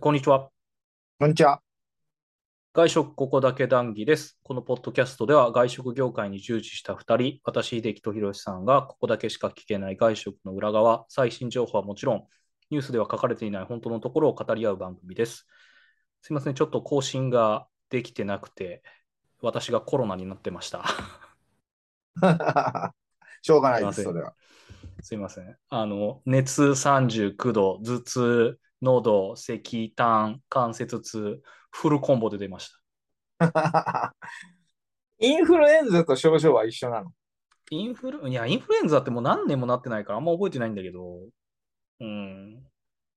こんにちは。こんにちは。 外食ここだけ談義です。このポッドキャストでは外食業界に従事した2人、私、秀樹とひろしさんがここだけしか聞けない外食の裏側、最新情報はもちろん、ニュースでは書かれていない本当のところを語り合う番組です。すいません、ちょっと更新ができてなくて、私がコロナになってました。 しょうがないです、それは。。すいません。あの、熱39度、頭痛、喉、咳、痰、関節痛、フルコンボで出ました インフルエンザと症状は一緒なのインフル、いや、インフルエンザってもう何年もなってないからあんま覚えてないんだけど、うん。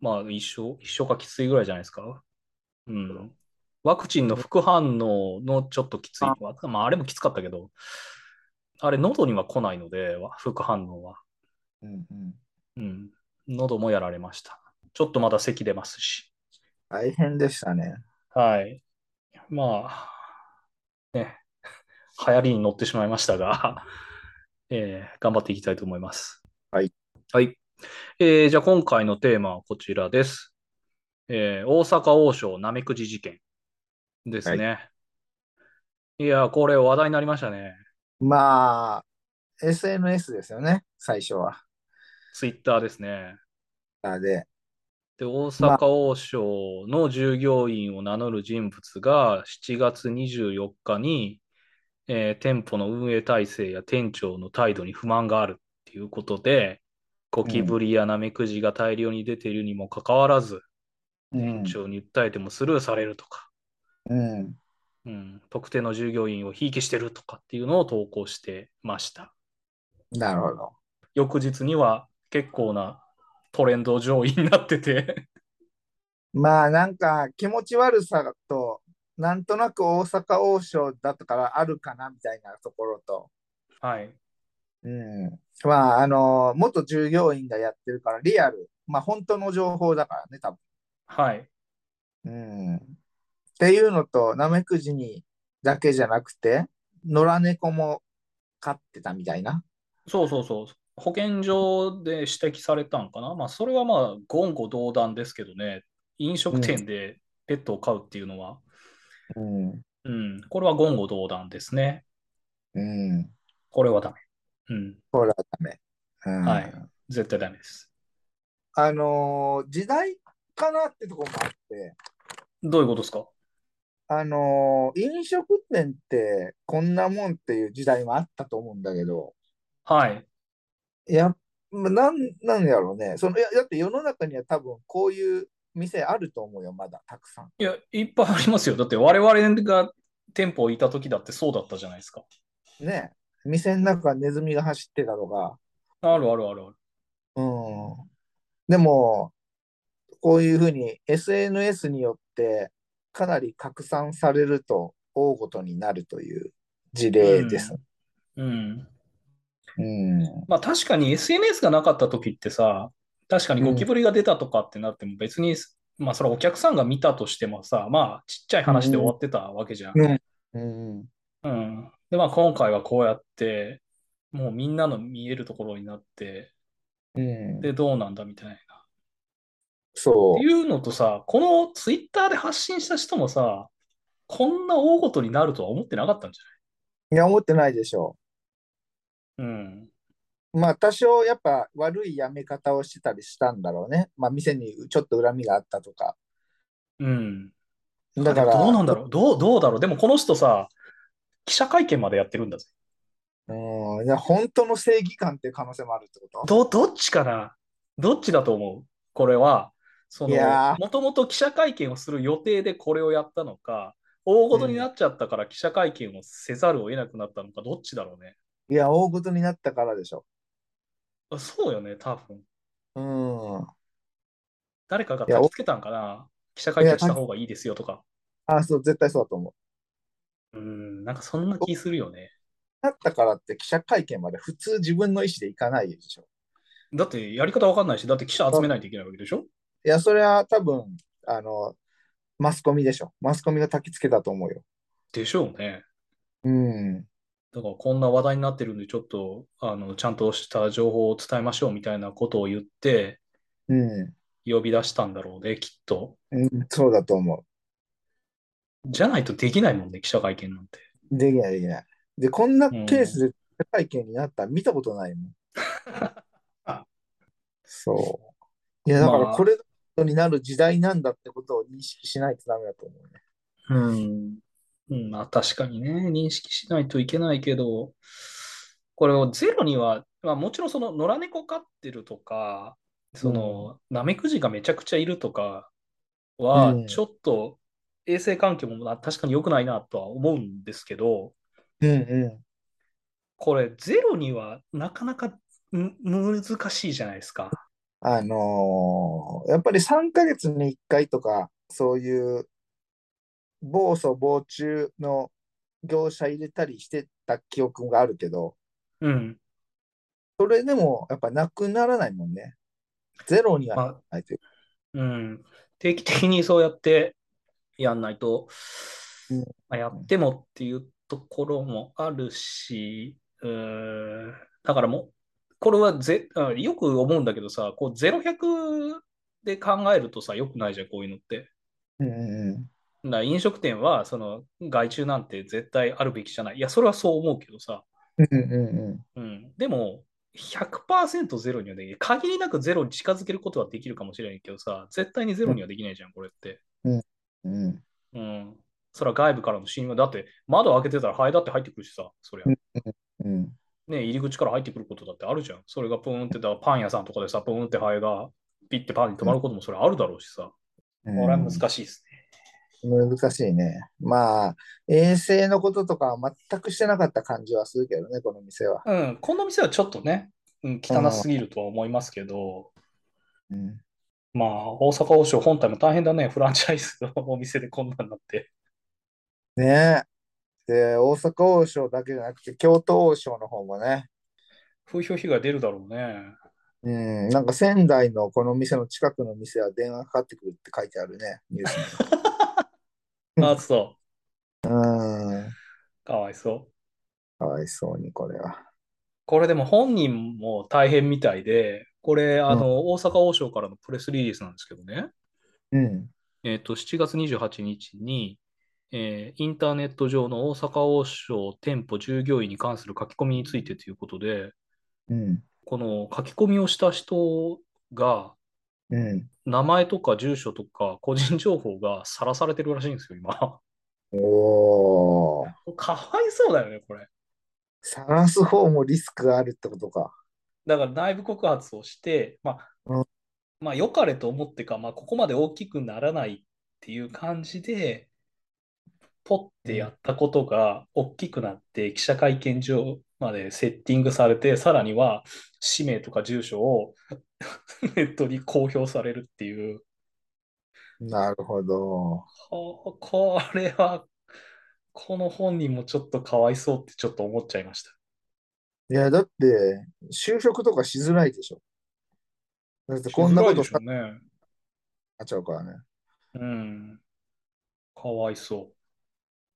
まあ、一緒、一緒かきついぐらいじゃないですか。うん。ワクチンの副反応のちょっときつい。あまあ、あれもきつかったけど、あれ、喉には来ないので、副反応は。うん、うん、うん。喉もやられました。ちょっとまだ咳出ますし。大変でしたね。はい。まあ、ね、流行りに乗ってしまいましたが えー、頑張っていきたいと思います。はい。はい。えー、じゃあ今回のテーマはこちらです。えー、大阪王将なめくじ事件ですね。はい、いや、これ話題になりましたね。まあ、SNS ですよね、最初は。ツイッターですね。で、で、大阪王将の従業員を名乗る人物が7月24日に、えー、店舗の運営体制や店長の態度に不満があるっていうことで、ゴキブリやナメクジが大量に出ているにもかかわらず、うん、店長に訴えてもスルーされるとか、うん、うん、特定の従業員をひいきしてるとかっていうのを投稿してました。なるほど。翌日には結構なトレンド上位になっててまあなんか気持ち悪さと、なんとなく大阪王将だったからあるかなみたいなところと。 はい。うん。まああの、元従業員がやってるからリアル。まあ本当の情報だからね、多分。はい。うん。っていうのと、ナメクジにだけじゃなくて、野良猫も飼ってたみたいな。そうそうそう。保健所で指摘されたんかな、まあ、それはまあ言語道断ですけどね、飲食店でペットを飼うっていうのは、うん、うん、これは言語道断ですね。うん、これはダメ。うん、これはダメ、うん、はい、絶対ダメです。あのー、時代かなってとこもあって。どういうことですかあのー、飲食店ってこんなもんっていう時代もあったと思うんだけど。はい。いや、なん、なんやろうね。その、いや、だって世の中には多分こういう店あると思うよ、まだ、たくさん。いや、いっぱいありますよ。だって我々が店舗いた時だってそうだったじゃないですか。ねえ。店の中ネズミが走ってたとか。あるあるあるある。うん。でも、こういうふうに SNS によってかなり拡散されると大ごとになるという事例です。うん、うんうんまあ、確かに SNS がなかった時ってさ、確かにゴキブリが出たとかってなっても別に、うん、まあそれお客さんが見たとしてもさ、まあちっちゃい話で終わってたわけじゃん。うん。うん、で、まあ今回はこうやって、もうみんなの見えるところになって、うん、で、どうなんだみたいな。。そうっていうのとさ、このツイッターで発信した人もさ、こんな大ごとになるとは思ってなかったんじゃないいや、思ってないでしょう。うん、まあ多少やっぱ悪いやめ方をしてたりしたんだろうね。まあ店にちょっと恨みがあったとか。うん。だから。どうなんだろうどうどうだろうでもこの人さ、記者会見までやってるんだぜ。うん。いや、本当の正義感っていう可能性もあるってことど、どっちかなどっちだと思うこれは、その、もともと記者会見をする予定でこれをやったのか、大ごとになっちゃったから記者会見をせざるを得なくなったのか、うん、どっちだろうね。いや、大事になったからでしょ。あそうよね、多分。うん。誰かがたきつけたんかな記者会見した方がいいですよとか。あ、そう、絶対そうだと思う。うん、なんかそんな気するよね。なったからって記者会見まで普通自分の意思でいかないでしょ。だってやり方わかんないし、だって記者集めないといけないわけでしょいや、それは多分、あの、マスコミでしょ。マスコミがたきつけたと思うよ。でしょうね。うん。だからこんな話題になってるんで、ちょっとあのちゃんとした情報を伝えましょうみたいなことを言って、うん、呼び出したんだろうね、きっと。うん、そうだと思じゃないとできないもんね、記者会見なんて。う。できない、できない。で、こんなペースで記者会見になったら見たことないもん。そう。いや、だからまあこれになる時代なんだってことを認識しないとダメだと思うね。うん。うんまあ確かにね、認識しないといけないけど、これをゼロには、まあ、もちろんその野良猫飼ってるとか、そのナメクジがめちゃくちゃいるとかはうん、ちょっと衛生環境もな確かに良くないなとは思うんですけど、うんうこれゼロにはなかなかむ難しいじゃないですか。ん。あのーやっぱり3ヶ月に1回とか、そういう、暴走防虫の業者入れたりしてた記憶があるけど、うん。それでもやっぱなくならないもんね。ゼロにはまなあらないという。うん、定期的にそうやってやんないと、うんまあ、やってもっていうところもあるし、うーん、だからもう、これはぜ、あよく思うんだけどさ、こう0100で考えるとさ、よくないじゃん、こういうのって。うんうだから飲食店は、その、外注なんて絶対あるべきじゃない。いや、それはそう思うけどさ、んうんうんうんうん、でも、100%ゼロにはできない。限りなくゼロに近づけることはできるかもしれないけどさ、絶対にゼロにはできないじゃん、これって。うんうん。うん。それは外部からの侵入だって、窓開けてたらハエだって入ってくるしさ、そりゃ。うねんうん入り口から入ってくることだってあるじゃん。それがプーンってだ、パン屋さんとかでさ、プーンってハエがピッてパンに止まることもそれあるだろうしさ。うんこれは難しいですね。難しいね。まあ、衛生のこととかは全くしてなかった感じはするけどね、この店は。うん。この店はちょっとね、うん、汚すぎるとは思いますけど、うん、まあ、大阪王将本体も大変だね。フランチャイズのお店でこんなんなって。ねえ。で、大阪王将だけじゃなくて、京都王将の方もね、風評被害出るだろう ね。うん、なんか仙台のこの店の近くの店は電話かかってくるって書いてあるね、ニュースに。あ、そうん、う。かわいそう。かわいそうに、これは。これでも本人も大変みたいで、これ、あの、大阪王将からのプレスリリースなんですけどね、うん、えっと、7月28日に、えーインターネット上の大阪王将店舗従業員に関する書き込みについてということで、うん、この書き込みをした人が、うん。名前とか住所とか個人情報がさらされてるらしいんですよ、今。おー、 かわいそうだよね、これ。探す方もリスクがあるってことか。だから内部告発をして、まうあ、まあ、良かれと思ってか、まあ、ここまで大きくならないっていう感じで、ポッてやったことが大きくなって、記者会見場までセッティングされて、さらには氏名とか住所を ネットに公表されるっていう、なるほど。ここれは、この本人もちょっとかわいそうってちょっと思っちゃいました。いや、だって、就職とかしづらいでしょ。だってこんなしづらこいでとしょうね。なっちゃうからね。うん。かわいそ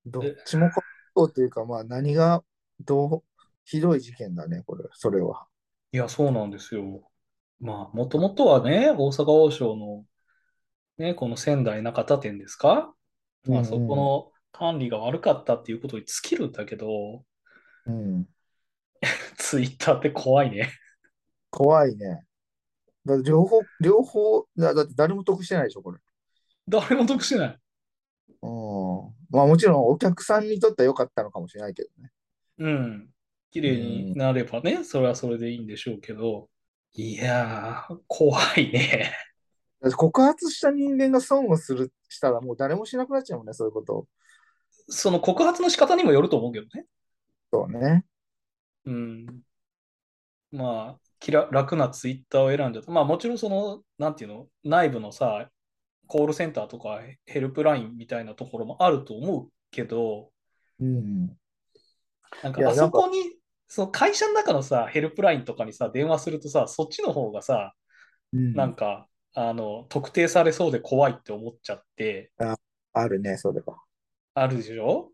う。どっちもこそうというか、まあ何がどう、ひどい事件だね、これ、それは。いや、そうなんですよ。まあ、もともとはね、大阪王将の、ね、この仙台中田店ですかまあ、そこの管理が悪かったっていうことに尽きるんだけど、 うん。ツイッターって怖いね。 怖いね。だって両方、両方だ、だって誰も得してないでしょ、これ。誰も得してない。うん。まあもちろんお客さんにとっては良かったのかもしれないけどね。うん。綺麗になればね、それはそれでいいんでしょうけど、いやー、怖いね。 だって告発した人間が損をする、したらもう誰もしなくなっちゃうもんね、そういうことを。その告発の仕方にもよると思うけどね。そうね。うん。まあ、きら、楽なツイッターを選んじゃった。まあ、もちろんその、なんていうの、内部のさ、コールセンターとかヘルプラインみたいなところもあると思うけど、うん。なんかいやあそこに、その会社の中のさ、ヘルプラインとかにさ、電話するとさ、そっちの方がさ、うん、なんか、あの、特定されそうで怖いって思っちゃって、あるね、それは。あるでしょ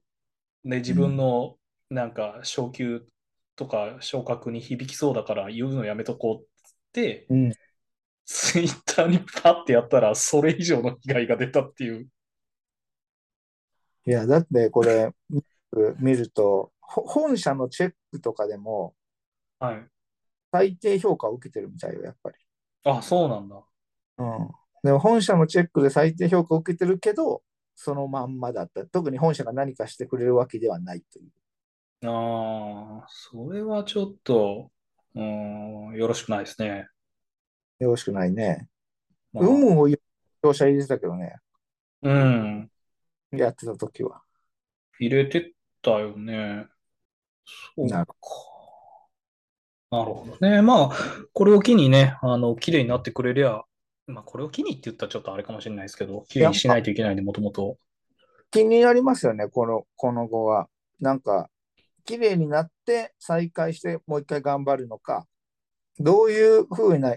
で、自分の、なんか、昇給とか昇格に響きそうだから言うのやめとこうっつって、うん。ツイッターにパッてやったら、それ以上の被害が出たっていう。いや、だってこれ、よく見ると、ほ本社のチェックとかでも、はい。最低評価を受けてるみたいよ、やっぱり。あ、そうなんだ。うん。でも本社のチェックで最低評価を受けてるけど、そのまんまだった。特に本社が何かしてくれるわけではないという。ああ、それはちょっと、うーん、よろしくないですね。よろしくないね。まあ有無を言う業者入れてたけどね、うん、やってた時は。入れてたよね。そうなるか。なるほどね。まあ、これを機にね、あの、綺麗になってくれりゃ、まあ、これを機にって言ったらちょっとあれかもしれないですけど、綺麗にしないといけないんで、もともと。気になりますよね、この、この後は。なんか、綺麗になって再開してもう一回頑張るのか、どういう風な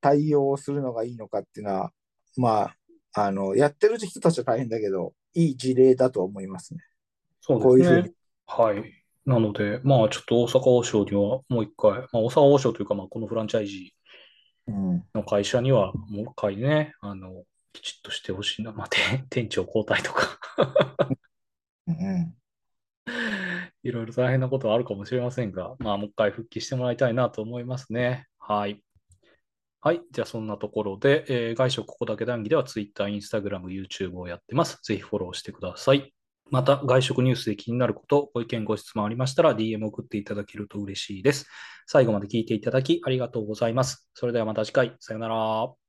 対応をするのがいいのかっていうのは、まあ、あの、やってる人たちは大変だけど、いい事例だと思いますね。そうこういでうす風ねに。。はい。なので、まあ、ちょっと大阪王将にはもう一回、まあ、大阪王将というか、まあ、このフランチャイジー、うん。の会社には、もう一回ね、あの、きちっとしてほしいな。まあ、て店長交代とか、うん。いろいろ大変なことはあるかもしれませんが、まあ、もう一回復帰してもらいたいなと思いますね。はい。はい。じゃあ、そんなところで、えー外食ここだけ談義では Twitter、Instagram、YouTube をやってます。ぜひフォローしてください。また、外食ニュースで気になること、ご意見、ご質問ありましたら、DM 送っていただけると嬉しいです。最後まで聞いていただき、ありがとうございます。それではまた次回、さよなら。Um,